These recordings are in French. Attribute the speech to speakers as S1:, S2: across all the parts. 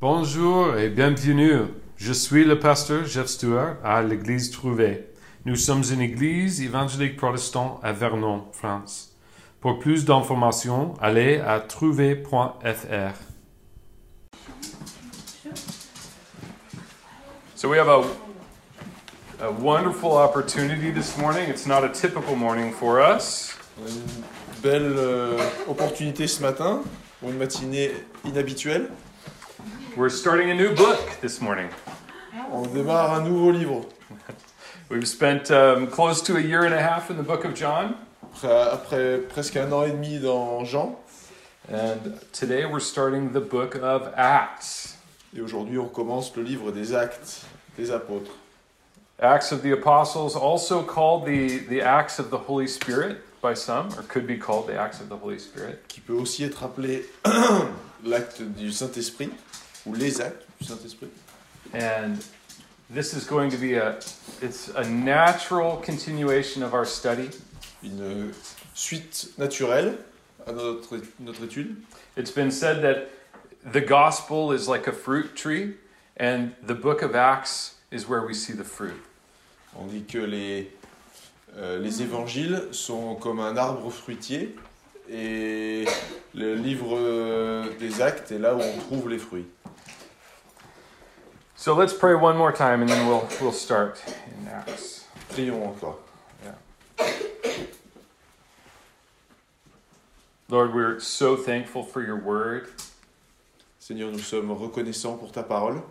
S1: Bonjour et bienvenue. Je suis le pasteur Jeff Stewart à l'église Trouvé. Nous sommes une église évangélique protestante à Vernon, France. Pour plus d'informations, allez à trouvé.fr. So we have a, a wonderful opportunity this morning. It's not a typical morning for us.
S2: Une belle euh, opportunité ce matin pour une matinée inhabituelle.
S1: We're starting a new book this morning.
S2: On démarre un nouveau livre.
S1: We've spent um, close to a year and a half in the book of John,
S2: Après, après presque un an et demi dans Jean,
S1: and today we're starting the book of Acts.
S2: et aujourd'hui on commence le livre des Actes des Apôtres.
S1: Acts of the Apostles, also called the, the Acts of the Holy Spirit by some, or could be called the Acts of the Holy Spirit.
S2: qui peut aussi être appelé l'acte du Saint-Esprit, ou les actes du Saint-Esprit.
S1: And this is going to be a it's a natural continuation of our study.
S2: Une euh, suite naturelle à notre, notre étude.
S1: It's been said that the gospel is like a fruit tree, and the book of Acts is where we see the fruit.
S2: On dit que les, euh, les évangiles sont comme un arbre fruitier, et le livre euh, des actes est là où on trouve les fruits.
S1: So let's pray one more time and then we'll we'll start in Acts.
S2: Prions encore.
S1: Lord, we're so thankful for your word.
S2: Seigneur, nous sommes reconnaissants pour ta parole.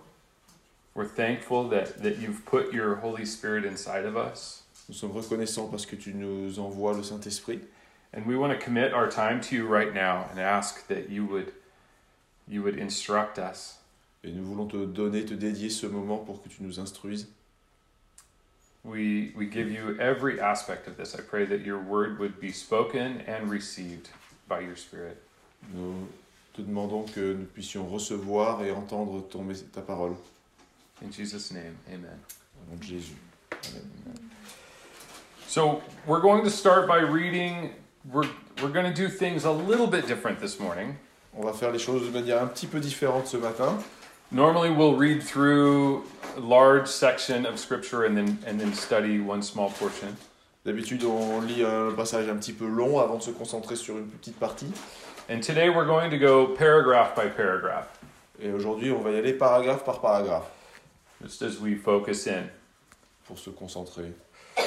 S1: We're thankful that, that you've put your Holy Spirit inside of us.
S2: Nous sommes reconnaissants parce que tu nous envoies le Saint-Esprit.
S1: And we want to commit our time to you right now and ask that you would you would instruct us.
S2: Et nous voulons te donner, te dédier ce moment pour que tu nous instruises.
S1: We we give you every aspect of this. I pray that your word would be spoken and received by your spirit.
S2: Nous te demandons que nous puissions recevoir et entendre ton, mes- ta parole.
S1: In Jesus' name, amen.
S2: Au nom de Jésus. Amen.
S1: So we're going to start by reading we're we're gonna do things a little bit different this morning.
S2: On va faire les choses de manière un petit peu différente ce matin.
S1: Normally, we'll read through a large section of scripture and then and then study one small portion.
S2: D'habitude, on lit un passage un petit peu long avant de se concentrer sur une petite partie.
S1: And today, we're going to go paragraph by paragraph,
S2: Et aujourd'hui, on va y aller paragraphe par paragraphe
S1: just as we focus in.
S2: pour se concentrer.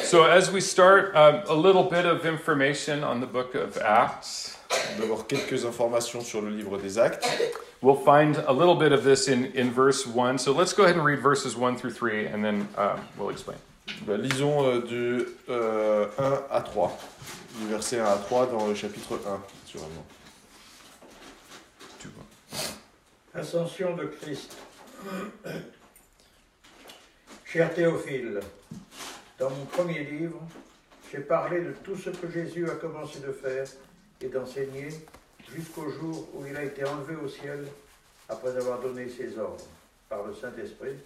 S1: So, as we start, um, a little bit of information on the Book of Acts.
S2: D'abord, quelques informations sur le livre des actes.
S1: We'll find a little bit of this in in verse one. So let's go ahead and read verses one through three, and then um, we'll explain.
S2: Ben, lisons euh, du euh, 1 à 3. Du verset 1 à 3 dans le chapitre 1, sûrement.
S3: Ascension de Christ. Cher Théophile, dans mon premier livre, j'ai parlé de tout ce que Jésus a commencé de faire et d'enseigner jusqu'au jour où il a été enlevé au ciel après avoir donné ses ordres par le Saint-Esprit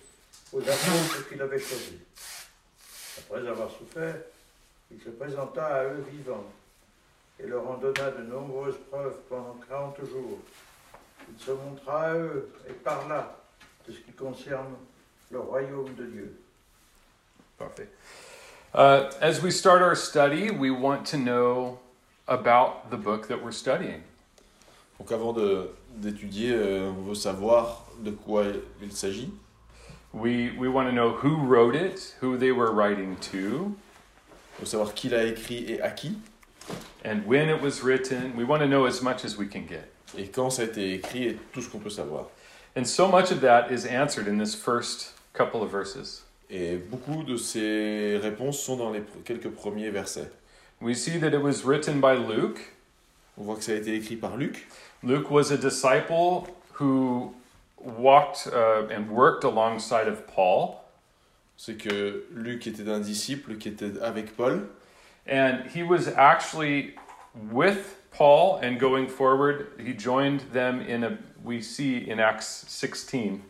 S3: aux apôtres qu'il avait choisis. Après avoir souffert, il se présenta à eux vivants et leur en donna de nombreuses preuves pendant 40 jours. Il se montra à eux et parla de ce qui concerne le royaume de Dieu.
S1: Parfait. Uh, as we start our study, we want to know about the book that we're studying.
S2: Donc avant de- d'étudier, euh, on veut savoir de quoi il s'agit.
S1: We, we want to know who wrote it, who they were writing to,
S2: On veut savoir qui l'a écrit et à qui,
S1: and when it was written. We want to know as much as we can get.
S2: et quand ça a été écrit, et tout ce qu'on peut savoir.
S1: And so much of that is answered in this first couple of verses.
S2: Et beaucoup de ces réponses sont dans les pr- quelques premiers versets.
S1: We see that it was written by Luke.
S2: On voit que ça a été écrit par Luc.
S1: Luke was a disciple who walked uh, and worked alongside of Paul,
S2: C'est que Luc était un disciple qui était avec Paul,
S1: and he was actually with Paul and going forward. He joined them in a, we see in Acts 16.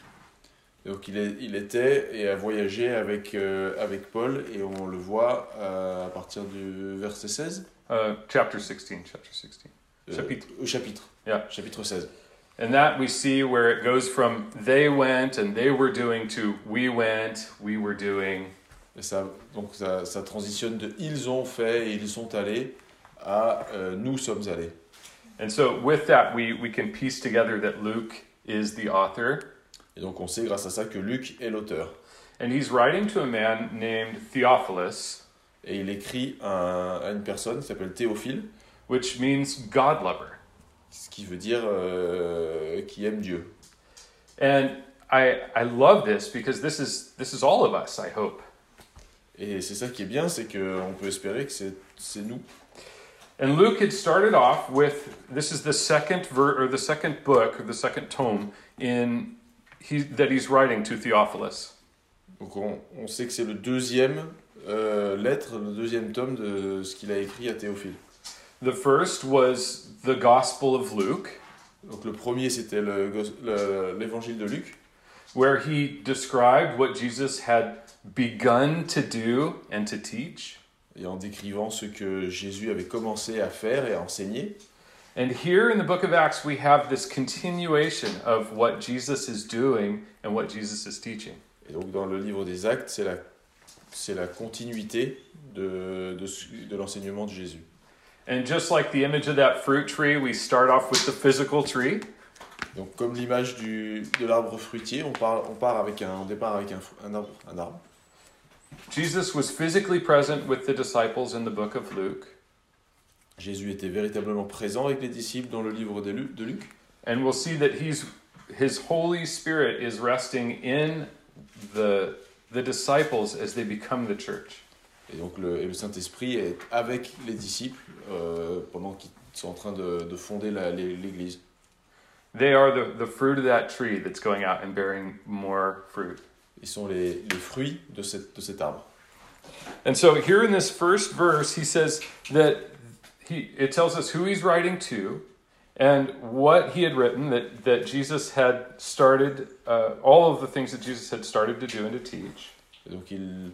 S2: Donc il, est- il était et a voyagé avec, euh, avec Paul et on le voit euh, à partir du verset 16.
S1: Uh, chapter 16, chapter 16. Chapitre.
S2: Au chapitre.
S1: Yeah.
S2: Chapitre 16.
S1: And that we see where it goes from they went and they were doing to we went, we were doing.
S2: Et ça, donc ça, ça transitionne de ils ont fait et ils sont allés à euh, nous sommes allés.
S1: And so with that, we, we can piece together that Luke is the author.
S2: Et donc on sait grâce à ça que Luc est l'auteur.
S1: And he's writing to a man named Theophilus,
S2: Et il écrit à, à une personne qui s'appelle Théophile,
S1: which means God lover.
S2: ce qui veut dire euh, qui aime Dieu.
S1: And I, I love this because this is, this is all of us, I hope.
S2: Et c'est ça qui est bien, c'est qu'on peut espérer que c'est c'est nous.
S1: And Luke had started off with this is the second ver- or the second book or the second tome in he, that he's writing to Theophilus.
S2: Donc on, on sait que c'est le deuxième euh, lettre, le deuxième tome de ce qu'il a écrit à Théophile.
S1: The first was the Gospel of Luke,
S2: Donc le premier c'était le gos- le- l'évangile de Luc,
S1: where he described what Jesus had begun to do and to teach.
S2: et en décrivant ce que Jésus avait commencé à faire et à enseigner.
S1: And here in the book of Acts, we have this continuation of what Jesus is doing and what Jesus is teaching.
S2: Et donc dans le livre des Actes, c'est la, c'est la continuité de, de, ce- de l'enseignement de Jésus.
S1: And just like the image of that fruit tree, we start off with the physical tree.
S2: Donc comme l'image du, de l'arbre fruitier, on, parle, on part avec un, on départ avec un, fr- un arbre, un arbre.
S1: Jesus was physically present with the disciples in the book of Luke
S2: Jésus était véritablement présent avec les disciples dans le livre des Lu- de Luc.
S1: and we'll see that he's his holy spirit is resting in the the disciples as they become the church
S2: Et donc le, et le Saint-Esprit est avec les disciples euh, pendant qu'ils sont en train de, de fonder la- l'é- l'Église.
S1: they are the, the fruit of that tree that's going out and bearing more fruit
S2: Ils sont les, les fruits de, cette, de cet arbre.
S1: and so here in this first verse he says that he it tells us who he's writing to and what he had written that that jesus had started uh, all of the things that jesus had started to do and to teach
S2: Et donc il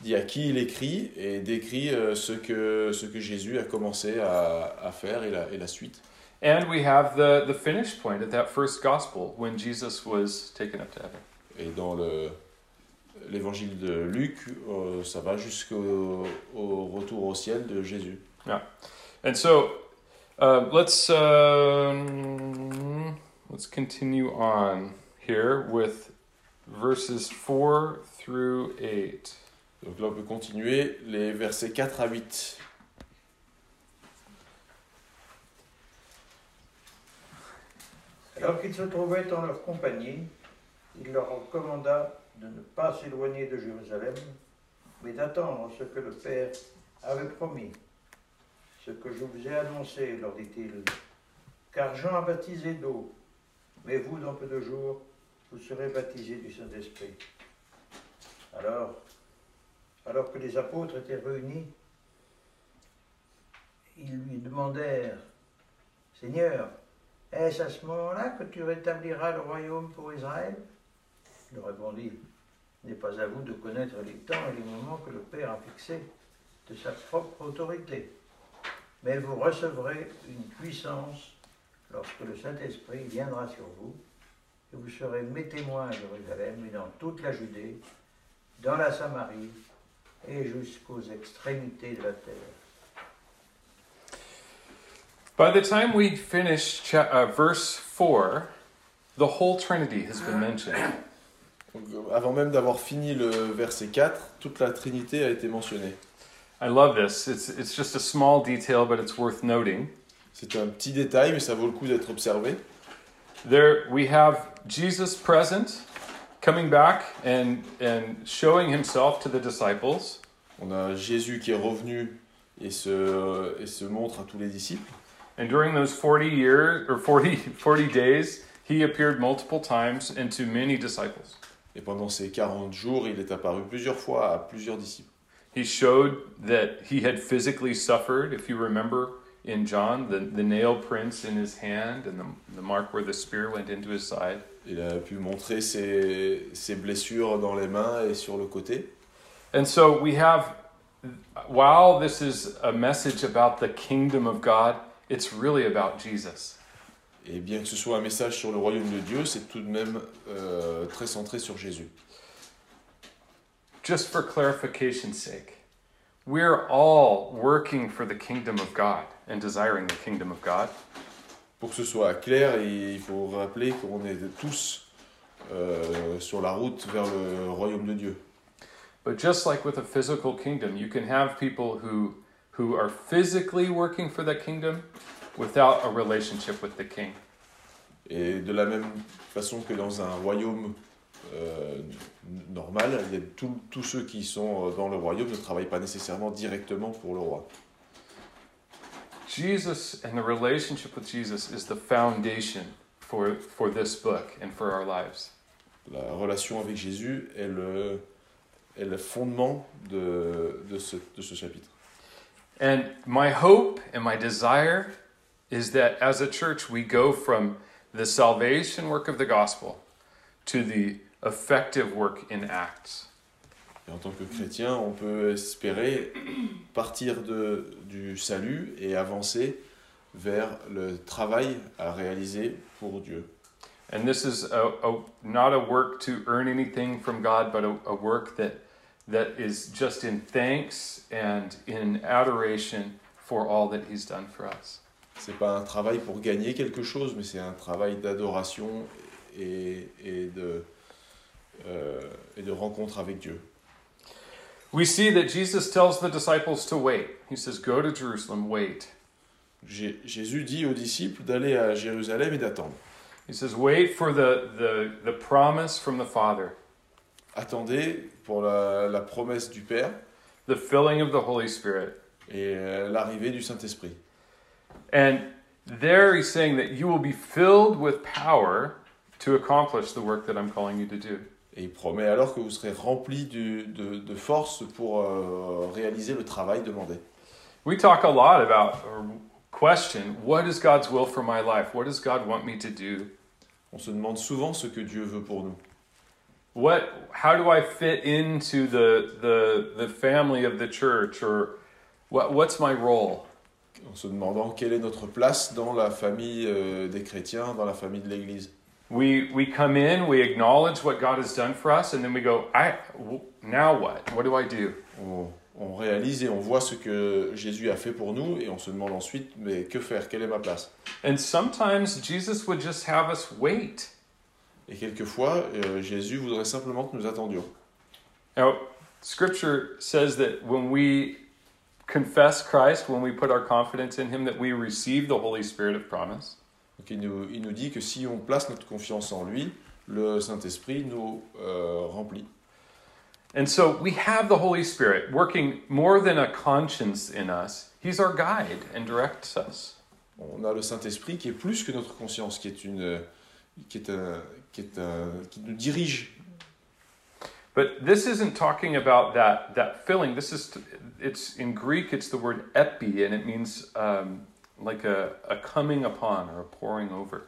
S2: dit à qui il écrit et décrit euh, ce, que, ce que Jésus a commencé à, à faire et la, et la suite.
S1: And we have the, the finish point at that first gospel when Jesus was taken up to heaven.
S2: Et dans le- l'évangile de Luc, euh, ça va jusqu'au au retour au ciel de Jésus.
S1: And so uh, let's, um let's continue on here with verses 4 through 8.
S2: Donc là, on peut continuer les versets 4 à 8.
S3: Alors qu'ils se trouvaient en leur compagnie, il leur commanda de ne pas s'éloigner de Jérusalem, mais d'attendre ce que le Père avait promis. Ce que je vous ai annoncé, leur dit-il, car Jean a baptisé d'eau, mais vous, dans peu de jours, vous serez baptisés du Saint-Esprit. Alors, alors que les apôtres étaient réunis, ils lui demandèrent, Seigneur, est-ce à ce moment-là que tu rétabliras le royaume pour Israël Il répondit Il n'est pas à vous de connaître les temps et les moments que le Père a fixés de sa propre autorité. Mais vous recevrez une puissance lorsque le Saint-Esprit viendra sur vous, et vous serez mes témoins à Jérusalem et dans toute la Judée, dans la Samarie et jusqu'aux extrémités de la terre.
S1: By the time we finish cha- uh, verse 4, the whole Trinity has been mentioned.
S2: Donc, euh, avant même d'avoir fini le verset 4, toute la Trinité a été mentionnée.
S1: I love this. It's, it's just a small detail, but it's worth noting.
S2: C'est un petit détail, mais ça vaut le coup d'être observé.
S1: There we have Jesus present, coming back and and showing himself to the disciples,
S2: On a Jésus qui est revenu et se, et se montre à tous les disciples.
S1: and during those 40 years or 40 40 days, he appeared multiple times and to many disciples.
S2: Et pendant ces 40 jours, il est apparu plusieurs fois à plusieurs disciples.
S1: He showed that he had physically suffered, if you remember in John, the, the nail prints in his hand and the, the mark where the spear went into his side.
S2: Il a pu montrer ses, ses blessures dans les mains et sur le côté.
S1: And so we have, while this is a message about the kingdom of God, it's really about Jesus.
S2: Et bien que ce soit un message sur le royaume de Dieu, c'est tout de même euh, très centré sur Jésus.
S1: Just for clarification's sake, we're all working for the kingdom of God and desiring the kingdom of God.
S2: Pour que ce soit clair, il faut rappeler qu'on est tous euh, sur la route vers le royaume de Dieu.
S1: But just like with a physical kingdom, you can have people who who are physically working for that kingdom without a relationship with the king.
S2: Et de la même façon que dans un royaume euh, n- normal, il y a tout- tous ceux qui sont dans le royaume ne travaillent pas nécessairement directement pour le roi.
S1: Jesus and the relationship with Jesus is the foundation for for this book and for our lives.
S2: La relation avec Jésus est le, est le fondement de, de ce, de ce chapitre.
S1: And my hope and my desire is that as a church, we go from the salvation work of the gospel to the effective work in Acts.
S2: Et en tant que chrétien, on peut espérer partir de, du salut et avancer vers le travail à réaliser pour Dieu.
S1: And this is a, a, not a work to earn anything from God, but a, a work that, that is just in thanks and in adoration for all that He's done for us.
S2: C'est pas un travail pour gagner quelque chose, mais c'est un travail d'adoration et, et de, euh, et de rencontre avec Dieu.
S1: We see that Jesus tells the disciples to wait. He says, Go to Jerusalem, wait.
S2: Jé- Jésus dit aux disciples d'aller à Jérusalem et d'attendre.
S1: He says, Wait for the, the, the promise from the Father.
S2: Attendez pour la, la promesse du Père
S1: the filling of the Holy Spirit.
S2: et euh, l'arrivée du Saint-Esprit.
S1: And there he's saying that you will be filled with power to accomplish the work that I'm calling you to do.
S2: Et il promet alors que vous serez remplis du- de, de force pour euh, réaliser le travail demandé.
S1: We talk a lot about or question what is God's will for my life? What does God want me to do?
S2: On se demande souvent ce que Dieu veut pour nous.
S1: What how do I fit into the the the family of the church or what what's my role?
S2: En se demandant quelle est notre place dans la famille euh, des chrétiens, dans la famille de l'Église.
S1: We we come in, we acknowledge what God has done for us and then we go I w- now what? What do I do?
S2: On, on réalise et on voit ce que Jésus a fait pour nous et on se demande ensuite, mais que faire Quelle est ma place
S1: And sometimes Jesus would just have us wait.
S2: Et quelquefois, euh, Jésus voudrait simplement que nous attendions.
S1: Now, scripture says that when we confess Christ, when we put our confidence in him, that we receive the Holy Spirit of promise.
S2: Donc il nous, il nous dit que si on place notre confiance en lui, le Saint-Esprit nous euh, remplit.
S1: And so we have the Holy Spirit working more than a conscience in us. He's our guide and directs us.
S2: On a le Saint-Esprit qui est plus que notre conscience, qui est une, qui est un, qui est un, qui nous dirige.
S1: But this isn't talking about that, that filling. This is, it's in Greek, it's the word epi, and it means um, like a, a coming upon or a pouring over.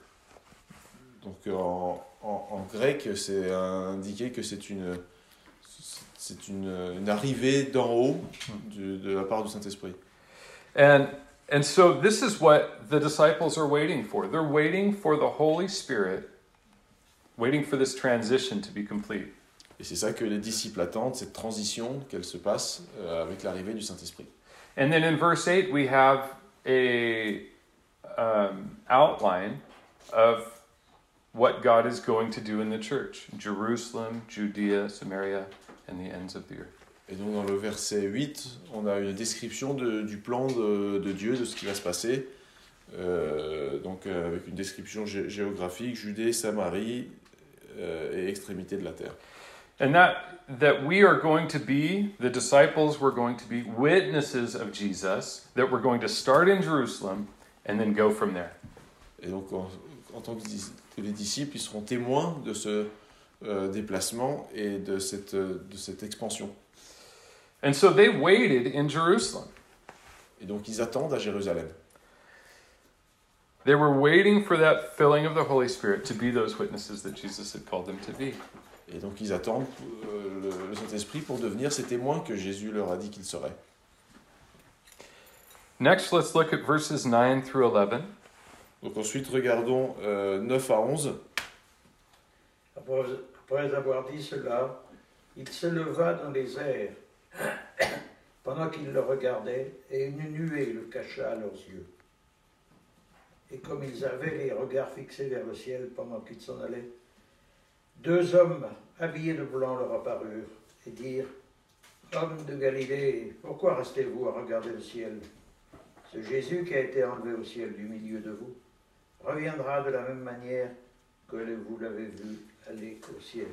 S2: Donc euh, en, en- en grec, c'est indiqué que c'est une, c'est une, une arrivée d'en haut du- de la part du Saint-Esprit.
S1: And and so this is what the disciples are waiting for. They're waiting for the Holy Spirit, waiting for this transition to be complete.
S2: Et c'est ça que les disciples attendent, cette transition qu'elle se passe euh, avec l'arrivée du Saint-Esprit.
S1: And then in verse 8 we have a um, outline of what God is going to do in the church. Jerusalem, Judea, Samaria, and the ends of the earth.
S2: Et donc dans le verset 8, on a une description de- du plan de, de Dieu, de ce qui va se passer. Euh, donc euh, avec une description gé- géographique, Judée, Samarie euh, et extrémité de la terre.
S1: And that that we are going to be the disciples we're going to be witnesses of Jesus that we're going to start in Jerusalem and then go from there.
S2: Et donc en, en tant que, dis- que les disciples, ils seront témoins de ce euh, déplacement et de cette, euh, de cette expansion.
S1: And so they waited in Jerusalem.
S2: Et donc ils attendent à Jérusalem.
S1: They were waiting for that filling of the Holy Spirit to be those witnesses that Jesus had called them to be.
S2: Et donc ils attendent euh, le- le Saint-Esprit pour devenir ces témoins que Jésus leur a dit qu'ils seraient.
S1: Next, let's look at verses 9 through 11.
S2: Donc ensuite, regardons euh, 9 à 11.
S3: Après, après avoir dit cela, il se leva dans les airs pendant qu'il le regardait, et une nuée le cacha à leurs yeux. Et comme ils avaient les regards fixés vers le ciel pendant qu'ils s'en allaient, deux hommes habillés de blanc leur apparurent et dirent Hommes de Galilée, pourquoi restez-vous à regarder le ciel Ce Jésus qui a été enlevé au ciel du milieu de vous reviendra de la même manière que vous l'avez vu aller au ciel.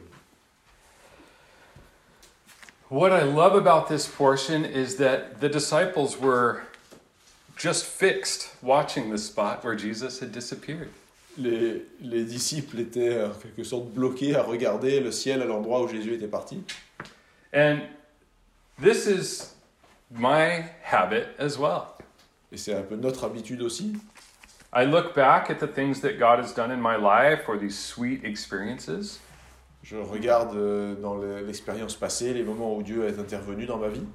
S1: What I love about this portion is that the disciples were just fixed watching the spot where Jesus had disappeared.
S2: Les, les disciples étaient euh, en quelque sorte bloqués à regarder le ciel à l'endroit où Jésus était parti.
S1: And this is my habit as well.
S2: Et c'est un peu notre habitude aussi.
S1: I look back at the things that God has done in my life or these sweet experiences,
S2: Je regarde euh, dans le- l'expérience passée les moments où Dieu est intervenu dans ma vie.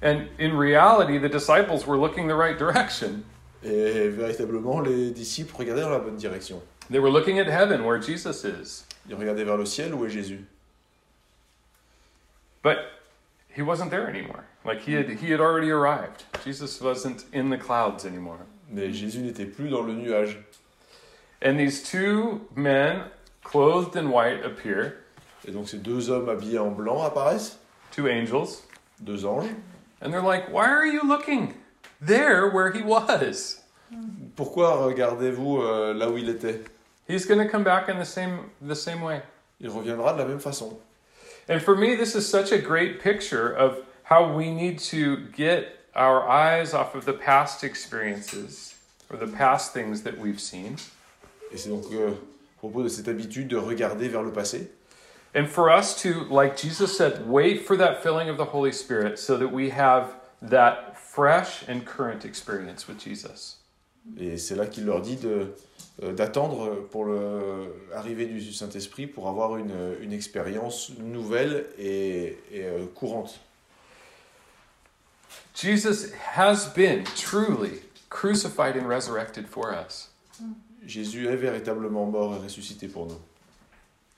S1: and in reality, the disciples were looking the right direction.
S2: Et véritablement, les disciples regardaient dans la bonne direction.
S1: They were looking at heaven where Jesus is,
S2: Ils regardaient vers le ciel où est Jésus.
S1: but he wasn't there anymore. Like he had, he had already arrived. Jesus wasn't in the clouds anymore.
S2: Mais Jésus n'était plus dans le nuage.
S1: And these two men, clothed in white, appear,
S2: Et donc ces deux hommes habillés en blanc apparaissent,
S1: two angels,
S2: deux anges.
S1: and they're like, Why are you looking there where he was?
S2: Pourquoi regardez-vous euh, là où il était
S1: He's going to come back in the same, the same way.
S2: Il reviendra de la même façon.
S1: And for me, this is such a great picture of how we need to get our eyes off of the past experiences or the past things that we've seen.
S2: Et c'est donc euh, à propos de cette habitude de regarder vers le passé.
S1: And for us to, like Jesus said, wait for that filling of the Holy Spirit so that we have that fresh and current experience with Jesus.
S2: Et c'est là qu'il leur dit de, euh, d'attendre pour l'arrivée du Saint-Esprit pour avoir une, une expérience nouvelle et, et, euh, courante.
S1: Jesus has been truly crucified and resurrected for us.
S2: Jésus est véritablement mort et ressuscité pour nous.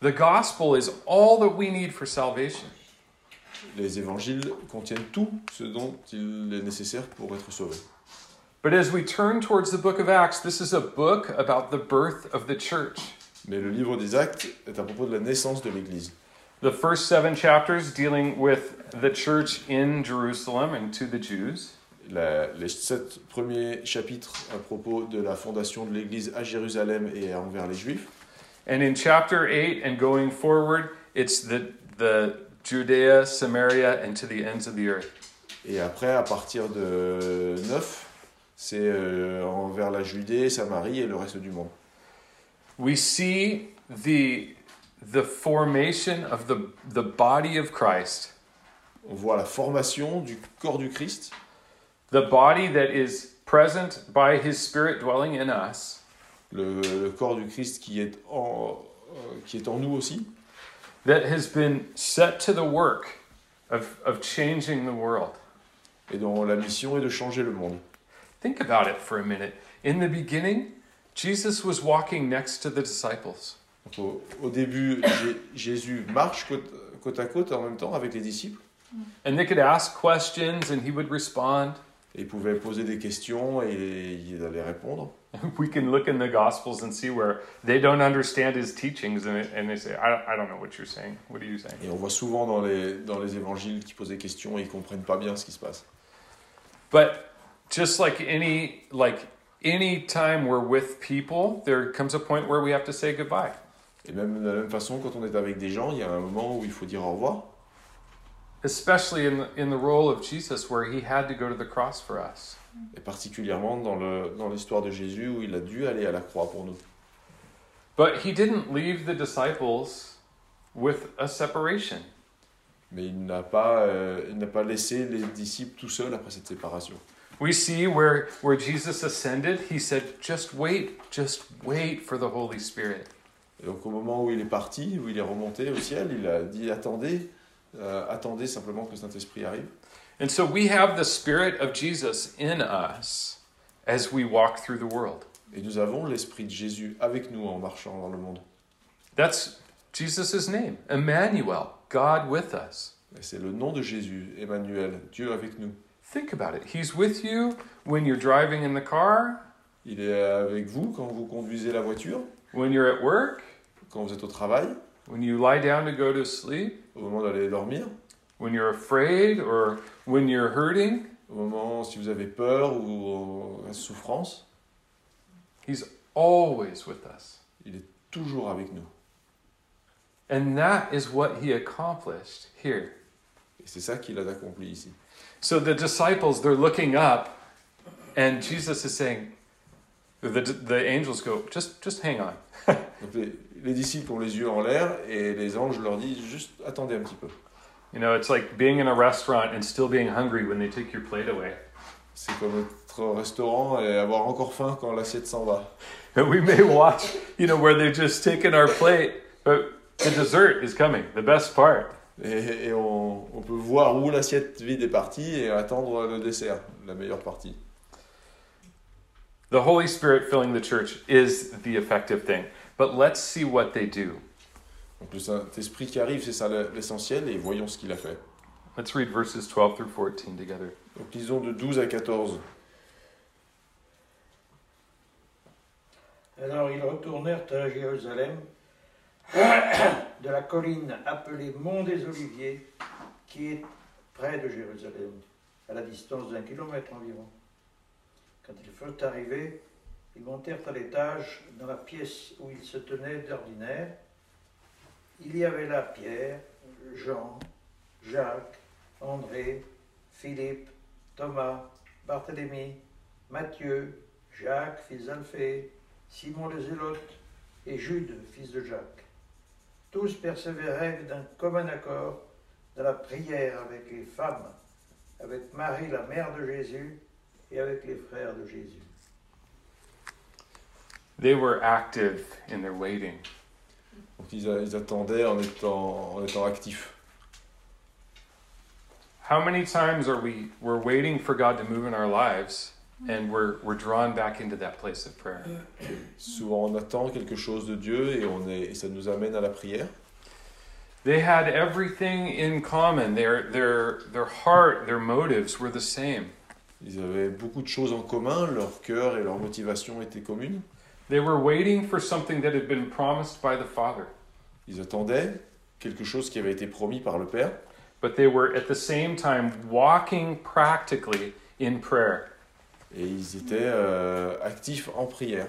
S1: The gospel is all that we need for salvation.
S2: Les évangiles contiennent tout ce dont il est nécessaire pour être sauvé.
S1: But as we turn towards the book of Acts, this is a book about the birth of the church.
S2: Mais le livre des actes est à propos de la naissance de l'Église.
S1: The first seven chapters dealing with the church in Jerusalem and to the Jews.
S2: La- les sept premiers chapitres à propos de la fondation de l'Église à Jérusalem et envers les Juifs.
S1: And in chapter 8 and going forward, it's the, the Judea, Samaria, and to the ends of the earth.
S2: Et après, à partir de 9, c'est euh, envers la Judée, Samarie et le reste du monde.
S1: We see the, the formation of the, the body of Christ,
S2: On voit la formation du corps du Christ,
S1: the body that is present by his Spirit dwelling in us,
S2: le, le corps du Christ qui est en, euh, qui est en nous aussi,
S1: that has been set to the work of, of changing the world.
S2: et dont la mission est de changer le monde.
S1: Think about it for a minute. In the beginning, Jesus was walking next to the disciples.
S2: Donc, au, au début, Jé- Jésus marche côte, côte à côte en même temps avec les disciples,
S1: And they could ask questions and he would respond.
S2: et il pouvait poser des questions et il allait répondre.
S1: We can look in the Gospels and see where they don't understand his teachings and, and they say, I, I don't know what you're saying. What are you saying?
S2: Et on voit souvent dans les, dans les évangiles qui posent des questions et ils comprennent pas bien ce qui se passe.
S1: But just like any, like any time we're with people, there comes a point where we have to say goodbye.
S2: Et même de la même façon, quand on est avec des gens, il y a un moment où il faut dire au revoir.
S1: Especially in the, in the role of Jesus where he had to go to the cross for us.
S2: Et particulièrement dans le- dans l'histoire de Jésus où il a dû aller à la croix pour nous.
S1: But he didn't leave the disciples with a separation.
S2: Mais il n'a pas, euh, il n'a pas laissé les disciples tout seuls après cette séparation.
S1: We see where, where Jesus ascended, he said, just wait, just wait for the Holy Spirit.
S2: Et donc au moment où il est parti, où il est remonté au ciel, il a dit attendez, euh, attendez simplement que le Saint-Esprit arrive.
S1: And so we have the Spirit of Jesus in us as we walk through the world.
S2: Et nous avons l'Esprit de Jésus avec nous en marchant dans le monde.
S1: That's Jesus' name, Emmanuel, God with us.
S2: Et c'est le nom de Jésus, Emmanuel, Dieu avec nous.
S1: Think about it. He's with you when you're driving in the car,
S2: Il est avec vous quand vous conduisez la voiture,
S1: when you're at work,
S2: quand vous êtes au travail,
S1: when you lie down to go to sleep,
S2: au moment d'aller dormir,
S1: when you're afraid or when you're hurting.
S2: au moment si vous avez peur ou en souffrance,
S1: He's always with us.
S2: il est toujours avec nous.
S1: And that is what he accomplished here.
S2: Et c'est ça qu'il a accompli ici.
S1: So the disciples, they're looking up, and Jesus is saying, the, the angels go, just, just hang on.
S2: Donc les, les disciples ont les yeux en l'air et les anges leur disent juste attendez un petit peu.
S1: You know, it's like being in a restaurant and still being hungry when they take your plate away.
S2: C'est comme être au restaurant et avoir encore faim quand l'assiette s'en va.
S1: And we may watch, you know, where they've just taken our plate, but the dessert is coming, the best part.
S2: Et, et on, on peut voir où l'assiette vide est partie et attendre le dessert, la meilleure partie.
S1: The Holy Spirit filling the church is the effective thing. But let's see what they do.
S2: Donc le Saint-Esprit qui arrive, c'est ça l'essentiel et voyons ce qu'il a fait.
S1: Let's read verses 12 through 14 together.
S2: Donc lisons de 12 à 14.
S3: Alors ils retournèrent à Jérusalem de la colline appelée Mont des Oliviers, qui est près de Jérusalem, à la distance d'un kilomètre environ. Quand ils furent arrivés, ils montèrent à l'étage dans la pièce où ils se tenaient d'ordinaire. Il y avait là Pierre, Jean, Jacques, André, Philippe, Thomas, Barthélemy, Matthieu, Jacques, fils d'Alphée, Simon le Zélote et Jude, fils de Jacques. Tous persévéraient d'un commun accord dans la prière avec les femmes, avec Marie, la mère de Jésus, et avec les frères de Jésus.
S1: They were active in their waiting.
S2: Donc ils, a- ils attendaient en étant, en étant actifs.
S1: How many times are we we're waiting for God to move in our lives and we're we're drawn back into that place of prayer?
S2: Souvent on attend quelque chose de Dieu et, on est, et ça nous amène à la prière.
S1: They had everything in common. Their their their heart, their motives were the same.
S2: Ils avaient beaucoup de choses en commun, leur cœur et leur motivation étaient communes.
S1: They were waiting for something that had been promised by the Father,
S2: Ils attendaient quelque chose qui avait été promis par le Père,
S1: but they were at the same time walking practically in prayer.
S2: et ils étaient euh, actifs en prière.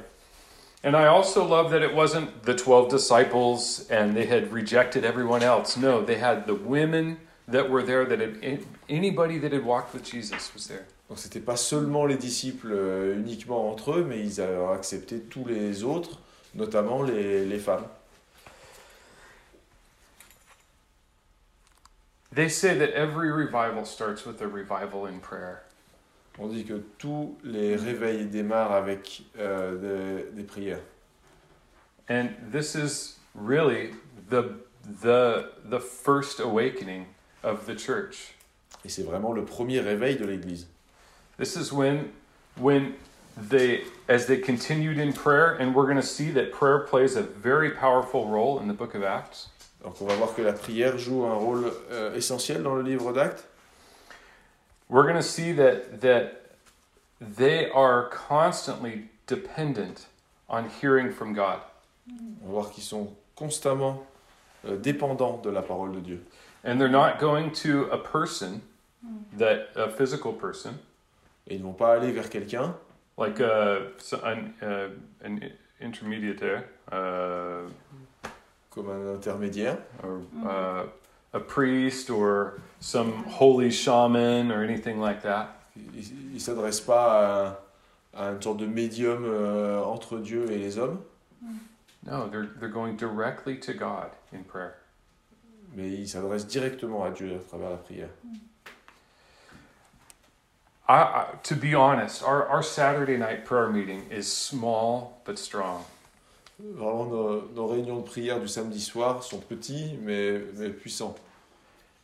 S1: And I also love that it wasn't the 12 disciples and they had rejected everyone else. No, they had the women that were there, that had, anybody that had walked with Jesus was there.
S2: Donc c'était pas seulement les disciples euh, uniquement entre eux, mais ils avaient accepté tous les autres, notamment les, les femmes.
S1: They say that every revival starts with a revival in prayer.
S2: On dit que tous les réveils démarrent avec euh, des, des prières.
S1: And this is really the, the, the first awakening of the church.
S2: Et c'est vraiment le premier réveil de l'Église.
S1: This is when, when they, as they continued in prayer, and we're going to see that prayer plays a very powerful role in the book of Acts.
S2: Donc on va voir que la prière joue un rôle euh, essentiel dans le livre d'Actes.
S1: we're going to see that that they are constantly dependent on hearing from God.
S2: On va voir qu'ils sont constamment euh, dépendants de la parole de Dieu.
S1: And they're not going to a person that a physical person
S2: Et ils ne vont pas aller vers quelqu'un,
S1: like uh, so- an, uh, an intermediate there, uh,
S2: comme un intermédiaire,
S1: or uh, a priest or some holy shaman or anything like that.
S2: ils ne s'adressent pas à, à une sorte de médium euh, entre Dieu et les hommes,
S1: No, they're they're going directly to God in prayer.
S2: mais ils s'adressent directement à Dieu à travers la prière.
S1: I, I, to be honest, our, our Saturday night prayer meeting is small but strong.
S2: Vraiment, nos, nos réunions de prière du samedi soir sont petites, mais, mais puissantes.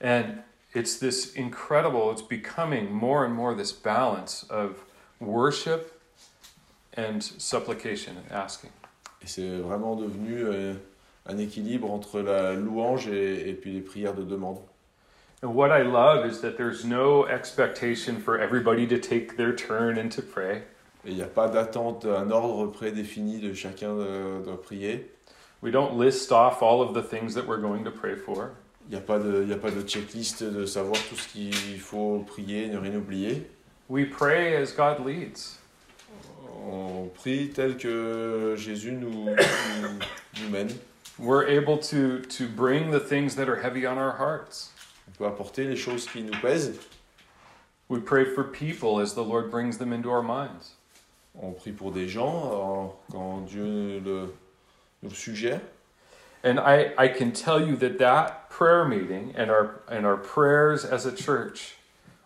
S1: And it's this incredible, it's becoming more and more this balance of worship and supplication and asking.
S2: Et c'est vraiment devenu euh, un équilibre entre la louange et, et puis les prières de demande.
S1: And what I love is that there's no expectation for everybody to take their turn and to pray.
S2: Et il n'y a pas d'attente, un ordre prédéfini de chacun de, de prier.
S1: We don't list off all of the things that we're going to pray for.
S2: Il n'y a, pas de- il n'y a pas de checklist de savoir tout ce qu'il faut prier, ne rien oublier.
S1: We pray as God leads.
S2: On prie tel que Jésus nous, nous- nous mène.
S1: We're able to, to bring the things that are heavy on our hearts.
S2: On peut apporter les choses qui nous pèsent.
S1: We pray for people as the Lord brings them into our minds.
S2: On prie pour des gens en- quand Dieu nous le, nous le suggère.
S1: And I, I can tell you that that prayer meeting and our, and our prayers as a church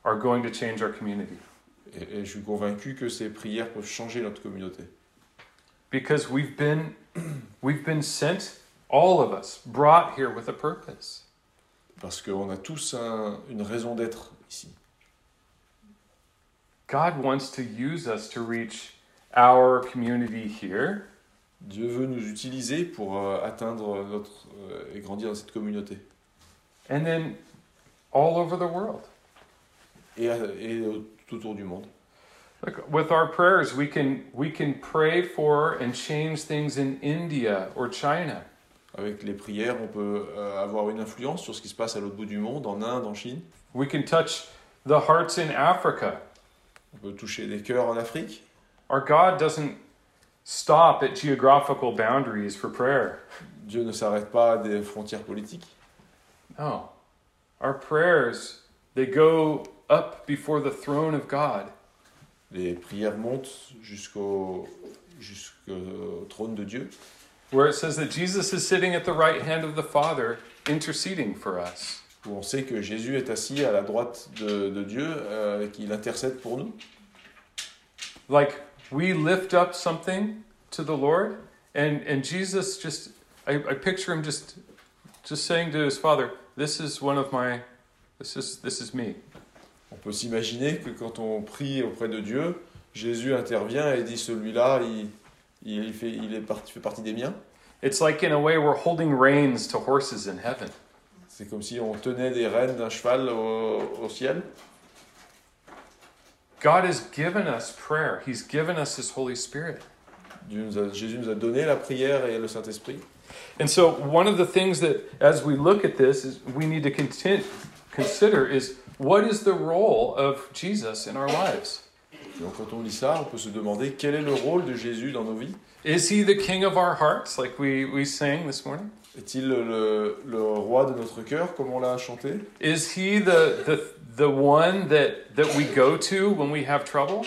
S1: are going to change our community
S2: Et, et je suis convaincu que ces prières peuvent changer notre communauté.
S1: because we've been, we've been sent, all of us, brought here with a purpose.
S2: Parce qu'on a tous un- une raison d'être ici.
S1: God wants to use us to reach our community here
S2: Dieu veut nous utiliser pour euh, atteindre notre euh, et grandir dans cette communauté.
S1: and then all over the world.
S2: Et, à- et au- tout autour du monde.
S1: Look, with our prayers, we can we can pray for and change things in India or China.
S2: Avec les prières, on peut euh, avoir une influence sur ce qui se passe à l'autre bout du monde, en Inde, en Chine.
S1: We can touch the hearts in Africa.
S2: On peut toucher des cœurs en Afrique.
S1: Our God doesn't stop at geographical boundaries for prayer.
S2: Dieu ne s'arrête pas à des frontières politiques.
S1: No. Our prayers, they go up before the throne of God.
S2: Les prières montent jusqu'au jusqu'au trône de Dieu.
S1: where it says that Jesus is sitting at the right hand of the Father interceding for us.
S2: où on sait que Jésus est assis à la droite de, de Dieu, euh, et qu'il intercède pour nous.
S1: Like we lift up something to the Lord, and, and Jesus just, I, I picture him just, just saying to his Father, This is one of my, this is, this is me.
S2: On peut s'imaginer que quand on prie auprès de Dieu, Jésus intervient et dit celui-là, il, il fait, il est parti, fait partie des miens.
S1: It's like in a way we're holding reins to horses in heaven.
S2: C'est comme si on tenait des rênes d'un cheval au, au ciel.
S1: God has given us prayer, He's given us His Holy Spirit.
S2: Dieu nous a- Jésus nous a donné la prière et le Saint-Esprit.
S1: And so, one of the things that, as we look at this, is we need to content, consider is what is the role of Jesus in our lives?
S2: Et donc quand on lit ça, on peut se demander quel est le rôle de Jésus dans nos vies.
S1: Is he the king of our hearts, like we, we sang this morning?
S2: Est-il le, le roi de notre cœur, comme on l'a chanté
S1: Is he the, the, the one that, that we go to when we have trouble?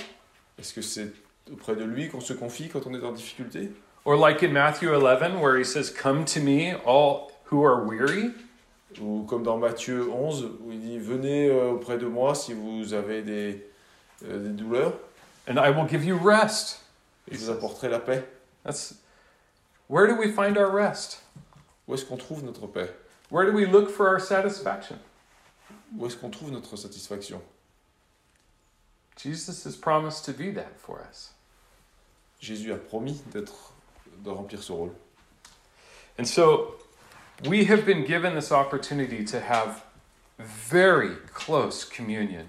S2: Est-ce que c'est auprès de lui qu'on se confie quand on est en difficulté
S1: Or, like in Matthew 11, where he says, Come to me, all who are weary.
S2: Ou comme dans Matthieu 11, où il dit Venez euh, auprès de moi si vous avez des, euh, des douleurs,
S1: And I will give you rest.
S2: et je vous apporterai la paix.
S1: That's where do we find our rest?
S2: Où est-ce qu'on trouve notre paix
S1: Where do we look for our satisfaction?
S2: Où est-ce qu'on trouve notre satisfaction
S1: Jesus has promised to be that for us.
S2: Jésus a promis d'être de remplir ce rôle.
S1: And so we have been given this opportunity to have very close communion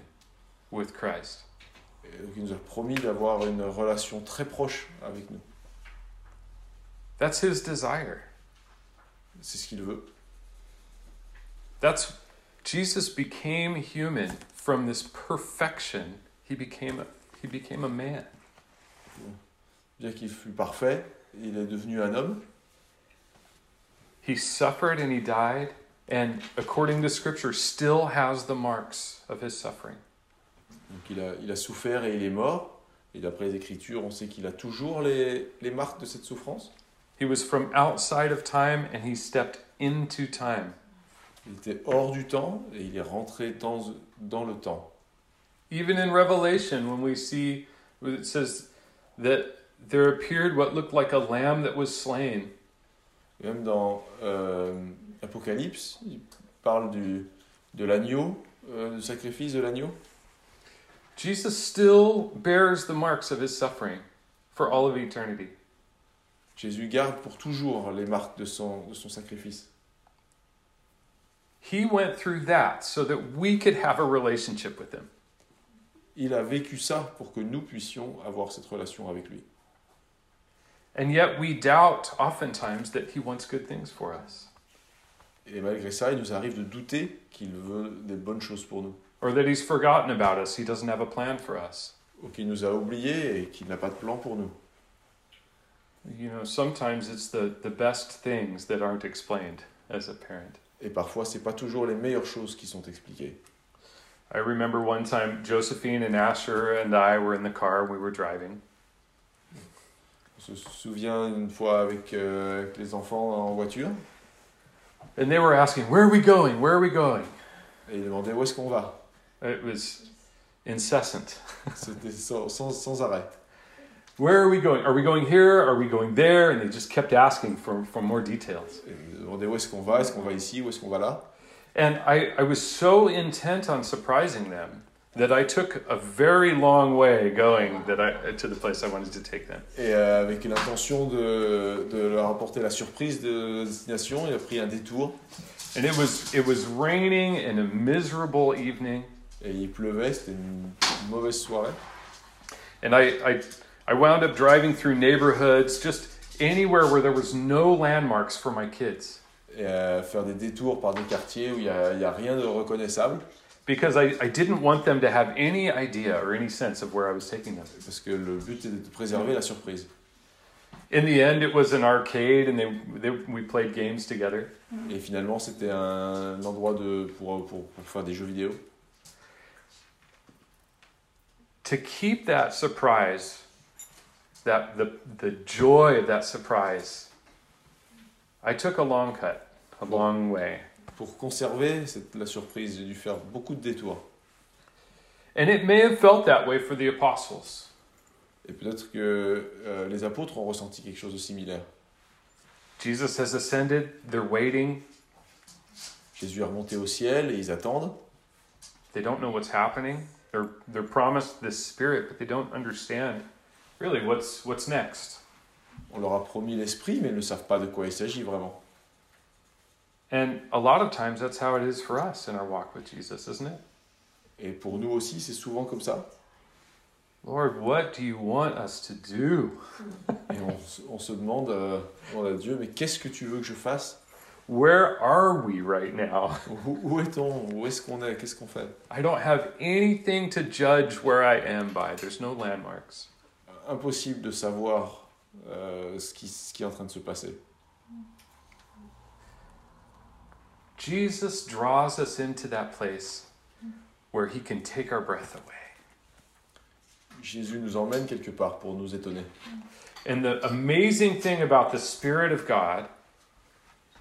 S1: with Christ.
S2: Et donc, il nous a promis d'avoir une relation très proche avec nous.
S1: That's his desire.
S2: C'est ce qu'il veut.
S1: That's Jesus became human from this perfection. He became a, he became a man.
S2: Bien qu'il fût parfait, il est devenu un homme.
S1: He suffered and he died and according to scripture still has the marks of his suffering.
S2: Donc il a, il a souffert et il est mort. Et d'après les Écritures, on sait qu'il a toujours les, les marques de cette souffrance.
S1: He was from outside of time and he stepped into time.
S2: Il était hors du temps et il est rentré dans, dans le temps.
S1: Even in Revelation, when we see it says that there appeared what looked like a lamb that was slain,
S2: Et Même dans euh, Apocalypse, il parle du, de l'agneau, euh, du sacrifice de l'agneau.
S1: Jesus still bears the marks of his suffering for all of eternity.
S2: Jésus garde pour toujours les marques de son, de son sacrifice.
S1: He went through that so that we could have a relationship with Him.
S2: Il a vécu ça pour que nous puissions avoir cette relation avec lui.
S1: And yet we doubt oftentimes that He wants good things for us
S2: Et malgré ça, il nous arrive de douter qu'il veut des bonnes choses pour nous,
S1: or that He's forgotten about us, He doesn't have a plan for us.
S2: ou qu'il nous a oubliés et qu'il n'a pas de plan pour nous.
S1: You know, sometimes it's the, the best things that aren't explained as a parent.
S2: Et parfois, c'est pas toujours les meilleures choses qui sont expliquées.
S1: I remember one time Josephine and Asher and I were in the car, we were driving,
S2: On se souvient une fois avec, euh, avec les enfants en voiture,
S1: and they were asking, Where are we going? Where are we going?
S2: et ils demandaient où est-ce qu'on va.
S1: It was incessant.
S2: C'était sans, sans- sans arrêt.
S1: Where are we going? Are we going here? Are we going there? And they just kept asking for, for more details.
S2: Et ils demandaient où est-ce qu'on va, est-ce qu'on va ici, où est-ce qu'on va là.
S1: And I, I was so intent on surprising them that I took a very long way going that I, to the place I wanted to take them.
S2: Et euh, avec l'intention de, de leur apporter la surprise de la destination, il a pris un détour,
S1: And it was, it was raining and a miserable evening.
S2: et il pleuvait, c'était une mauvaise soirée.
S1: And I, I, I wound up driving through neighborhoods, just anywhere where there was no landmarks for my kids.
S2: et à faire des détours par des quartiers où il n'y a, il y a rien de reconnaissable,
S1: Because I, I didn't want them to have any idea or any sense of where I was taking them.
S2: parce que le but est de préserver la surprise.
S1: In the end, it was an arcade, and they, they, we played games together.
S2: Et finalement, c'était un endroit de, pour, pour, pour faire des jeux vidéo.
S1: To keep that surprise, that the, the joy of that surprise, I took a long cut, a long way.
S2: Pour conserver cette- la surprise, j'ai dû faire beaucoup de détours.
S1: And it may have felt that way for the apostles.
S2: Et peut-être que euh, les apôtres ont ressenti quelque chose de similaire.
S1: Jesus has ascended, they're waiting,
S2: Jésus est remonté au ciel et ils attendent.
S1: They don't know what's happening. They're they're promised this spirit, but they don't understand really what's what's next.
S2: On leur a promis l'esprit, mais ils ne savent pas de quoi il s'agit vraiment.
S1: And a lot of times that's how it is for us in our walk with Jesus, isn't it?
S2: Et pour nous aussi, c'est souvent comme ça.
S1: Lord, what do you want us to do?
S2: Et on, se- on se demande, euh, on a Dieu, mais qu'est-ce que tu veux que je fasse
S1: Where are we right now?
S2: Où, où est-on Où est-ce qu'on est Qu'est-ce qu'on fait
S1: I don't have anything to judge where I am by. There's no landmarks.
S2: Impossible de savoir euh, ce, qui, ce qui est en train de se passer.
S1: Jesus draws us into that place where he can take our breath away.
S2: Jésus nous emmène quelque part pour nous étonner.
S1: And the amazing thing about the Spirit of God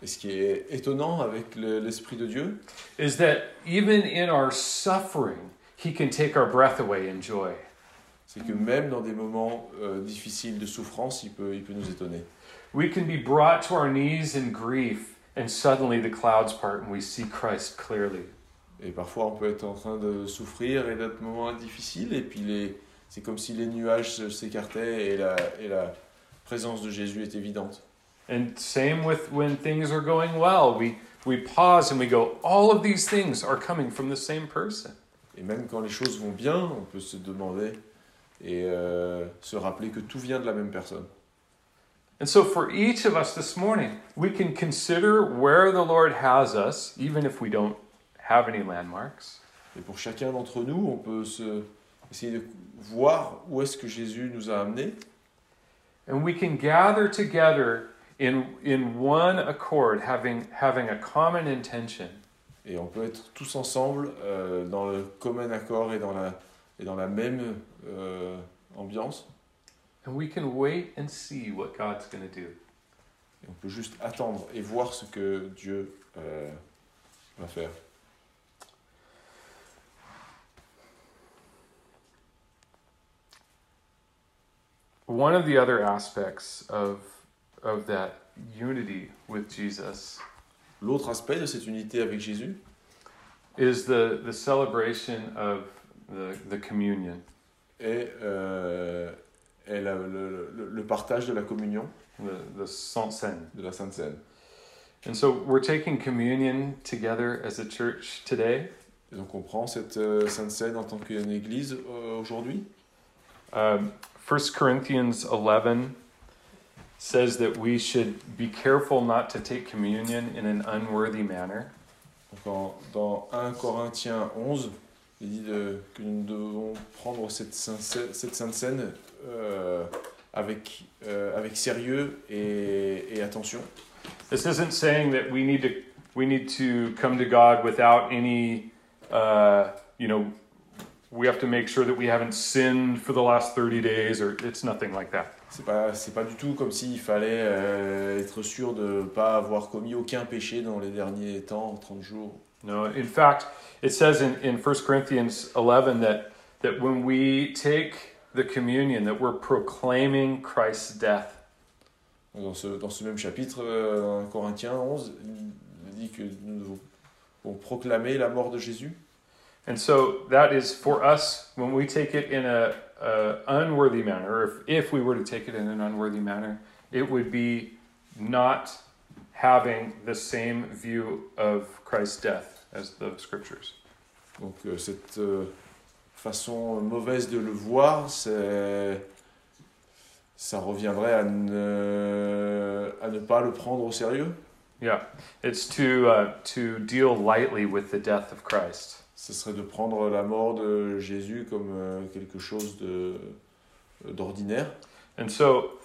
S2: Et ce qui est étonnant avec le- l'Esprit de Dieu,
S1: is that even in our suffering, He can take our breath away in joy.
S2: c'est que même dans des moments euh, difficiles de souffrance, il peut, il peut nous étonner.
S1: We can be brought to our knees in grief, and suddenly the clouds part and we see Christ clearly.
S2: Et parfois, on peut être en train de souffrir et d'autres moments difficiles, et puis les, c'est comme si les nuages se- s'écartaient et la, et la présence de Jésus est évidente.
S1: And same with when things are going well. We, we pause and we go, all of these things are coming from the same person.
S2: Et même quand les choses vont bien, on peut se demander et euh, se rappeler que tout vient de la même personne.
S1: And so, for each of us this morning, we can consider where the Lord has us, even if we don't have any landmarks.
S2: Et pour chacun d'entre nous, on peut se, essayer de voir où est-ce que Jésus nous a amenés.
S1: And we can gather together in, in one accord, having, having a common intention
S2: Et on peut être tous ensemble euh, dans le commun accord et dans la, et dans la même euh, ambiance.
S1: and we can wait and see what God's going to do.
S2: Et on peut juste attendre et voir ce que Dieu euh, va faire.
S1: One of the other aspects of, of that unity with Jesus
S2: L'autre aspect de cette unité avec Jésus,
S1: is the, the celebration of the, the communion.
S2: est, euh, est la- le, le- le partage de la communion
S1: the, the Saint Seine.
S2: de la Sainte Seine.
S1: And so we're taking communion together as a church today.
S2: Et donc on prend cette euh, Sainte Seine en tant qu'une église euh, aujourd'hui.
S1: Um, 1 Corinthians 11 says that we should be careful not to take communion in an unworthy manner.
S2: Donc en- dans 1 Corinthiens 11, il dit de- que nous devons prendre cette Sainte Seine, cette Sainte Seine, euh, avec, euh, avec sérieux et, et attention.
S1: This isn't saying that we need to we need to come to God without any uh, you know we have to make sure that we haven't sinned for the last 30 days or it's nothing like that.
S2: C'est pas, c'est pas du tout comme s'il fallait euh, être sûr de ne pas avoir commis aucun péché dans les derniers temps, 30 jours.
S1: No, in fact, it says in, in 1 Corinthians 11 that, that when we take the communion, that we're proclaiming Christ's death.
S2: Dans ce, dans ce même chapitre, euh, 1 Corinthiens 11, il dit que nous devons devons proclamer la mort de Jésus.
S1: And so that is for us when we take it in a, a unworthy manner, or if, if we were to take it in an unworthy manner, it would be not having the same view of Christ's death as the scriptures.
S2: Donc euh, cette euh, façon mauvaise de le voir, c'est- ça reviendrait à ne, à ne pas le prendre au sérieux.
S1: Yeah, it's to uh, to deal lightly with the death of Christ.
S2: Ce serait de prendre la mort de Jésus comme euh, quelque chose de d'ordinaire.
S1: And so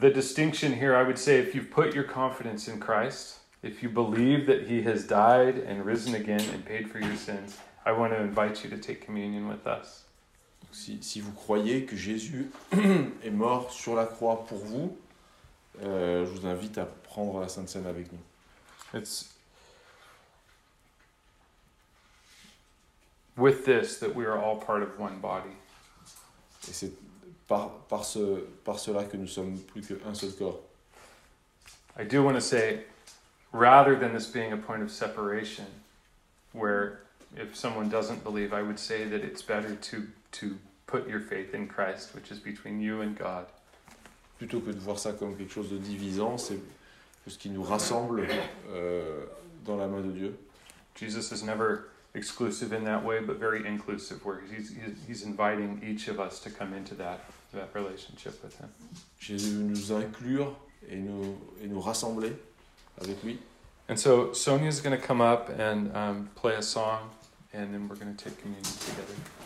S1: the distinction here, I would say, if you've put your confidence in Christ, if you believe that he has died and risen again and paid for your sins, I want to invite you to take communion with us.
S2: Donc, Si, si vous croyez que Jésus est mort sur la croix pour vous, euh, je vous invite à prendre la Sainte Seine avec nous.
S1: It's with this that we are all part of one body.
S2: Et c'est par, par, ce, par cela que nous sommes plus qu'un seul corps.
S1: I do want to say, rather than this being a point of separation, where if someone doesn't believe, I would say that it's better to to put your faith in Christ, which is between you and God.
S2: Plutôt que de voir ça comme quelque chose de divisant, c'est ce qui nous rassemble euh, dans la main de Dieu.
S1: Jesus is never exclusive in that way, but very inclusive, where he's, he's, he's inviting each of us to come into that, that relationship with him.
S2: Jésus veut nous inclure et nous, et nous rassembler avec lui.
S1: And so Sonia's going to come up and um, play a song, and then we're going to take communion together.